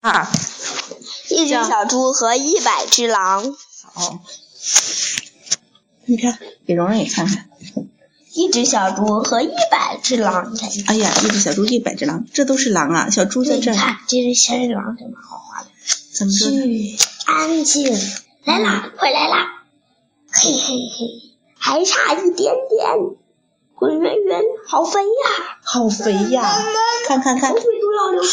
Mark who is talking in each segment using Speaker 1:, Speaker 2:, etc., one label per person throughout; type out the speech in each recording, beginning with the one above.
Speaker 1: 啊
Speaker 2: 二，
Speaker 1: 一只
Speaker 2: 叫
Speaker 1: 小猪和一百只狼。
Speaker 2: 好，你看，给蓉蓉也看看。
Speaker 1: 一只小猪和一百只狼，你看，
Speaker 2: 哎呀，一只小猪，一百只狼，这都是狼啊！小猪在
Speaker 1: 你
Speaker 2: 这儿，
Speaker 1: 看，这只小狼怎么好滑的？
Speaker 2: 怎么说呢？
Speaker 1: 安静，来啦，快来啦！嘿嘿嘿，还差一点点，滚圆圆，好肥呀！
Speaker 2: 好肥呀！看看看
Speaker 1: 口，水都要流出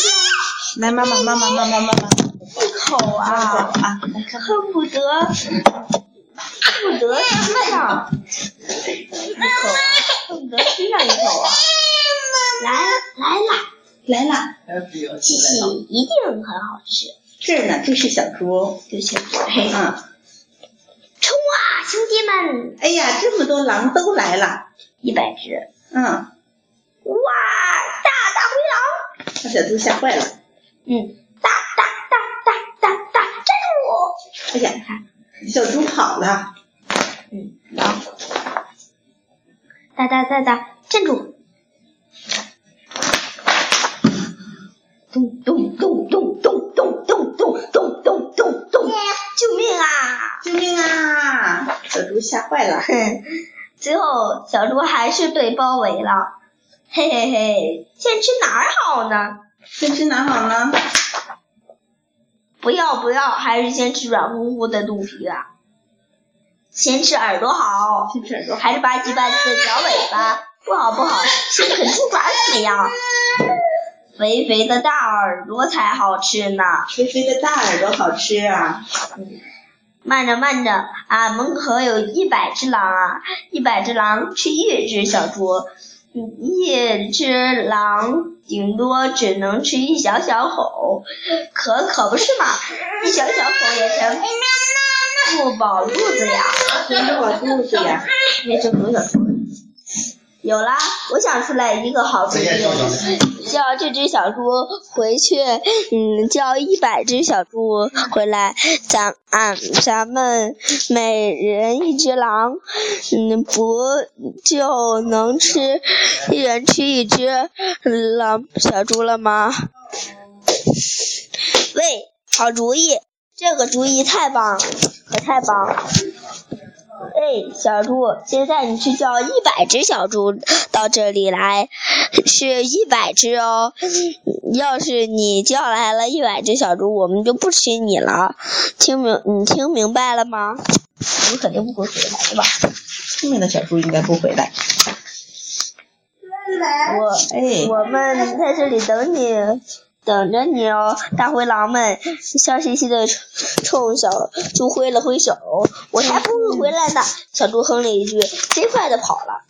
Speaker 2: 来，妈妈，妈妈，妈妈，妈妈，
Speaker 1: 来了，口
Speaker 2: 啊
Speaker 1: 啊，
Speaker 2: 啊！
Speaker 1: 恨不得恨不得吃上一口，恨不得吃上一口啊！来来啦，
Speaker 2: 来啦！
Speaker 1: 琪琪一定很好吃，
Speaker 2: 这儿呢，这是小猪。
Speaker 1: 就行。
Speaker 2: 嗯，
Speaker 1: 冲啊，兄弟们！
Speaker 2: 哎呀，这么多狼都来了。
Speaker 1: 一百只，
Speaker 2: 嗯，
Speaker 1: 哇，大大灰狼！
Speaker 2: 把小猪吓坏了。
Speaker 1: 嗯，哒哒哒哒哒哒，站住！
Speaker 2: 哎呀，小猪跑了。
Speaker 1: 嗯，好，哒哒哒哒，站住！咚咚咚咚咚咚咚咚咚咚咚咚！救命啊！
Speaker 2: 救命啊！小猪吓坏了。
Speaker 1: 哼，最后小猪还是被包围了。嘿嘿嘿，先吃哪儿好呢？
Speaker 2: 先吃哪好呢？
Speaker 1: 不要不要，还是先吃软乎乎的肚皮吧。先吃耳朵好。
Speaker 2: 先吃耳朵。
Speaker 1: 还是吧唧吧唧的嚼尾巴，不好不好，像啃猪爪怎么样？肥肥的大耳朵才好吃呢。
Speaker 2: 肥肥的大耳朵好吃啊！
Speaker 1: 慢着慢着啊，门口有一百只狼啊，一百只狼吃一只小猪，嗯一只狼顶多只能吃一小小口，可可不是嘛，一小小口也是不饱肚子呀。
Speaker 2: 真的饱肚子呀！
Speaker 1: 那就不用说了。有啦，我想出来一个好主意，叫这只小猪回去，嗯，叫一百只小猪回来，咱俺、咱们每人一只狼，嗯，不就能吃一人吃一只狼小猪了吗？喂，好主意，这个主意太棒了，可太棒了。哎，小猪，现在你去叫一百只小猪到这里来，是一百只哦。要是你叫来了一百只小猪，我们就不吃你了。听明，你听明白了吗？你肯定不会回来的吧？
Speaker 2: 聪明的小猪应该不回来。
Speaker 1: 我
Speaker 2: 哎，
Speaker 1: 我们在这里等你，等着你哦。大灰狼们笑嘻嘻的冲小猪挥了挥手，我才不会回来呢！ 小猪哼了一句，飞快的跑了。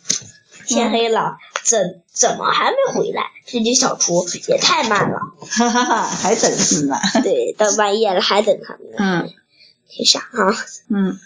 Speaker 1: 天黑了，怎怎么还没回来？这只小猪也太慢了。
Speaker 2: 哈哈哈，还等你呢。
Speaker 1: 对，到半夜了还等他们，
Speaker 2: 嗯
Speaker 1: 挺傻啊。
Speaker 2: 嗯。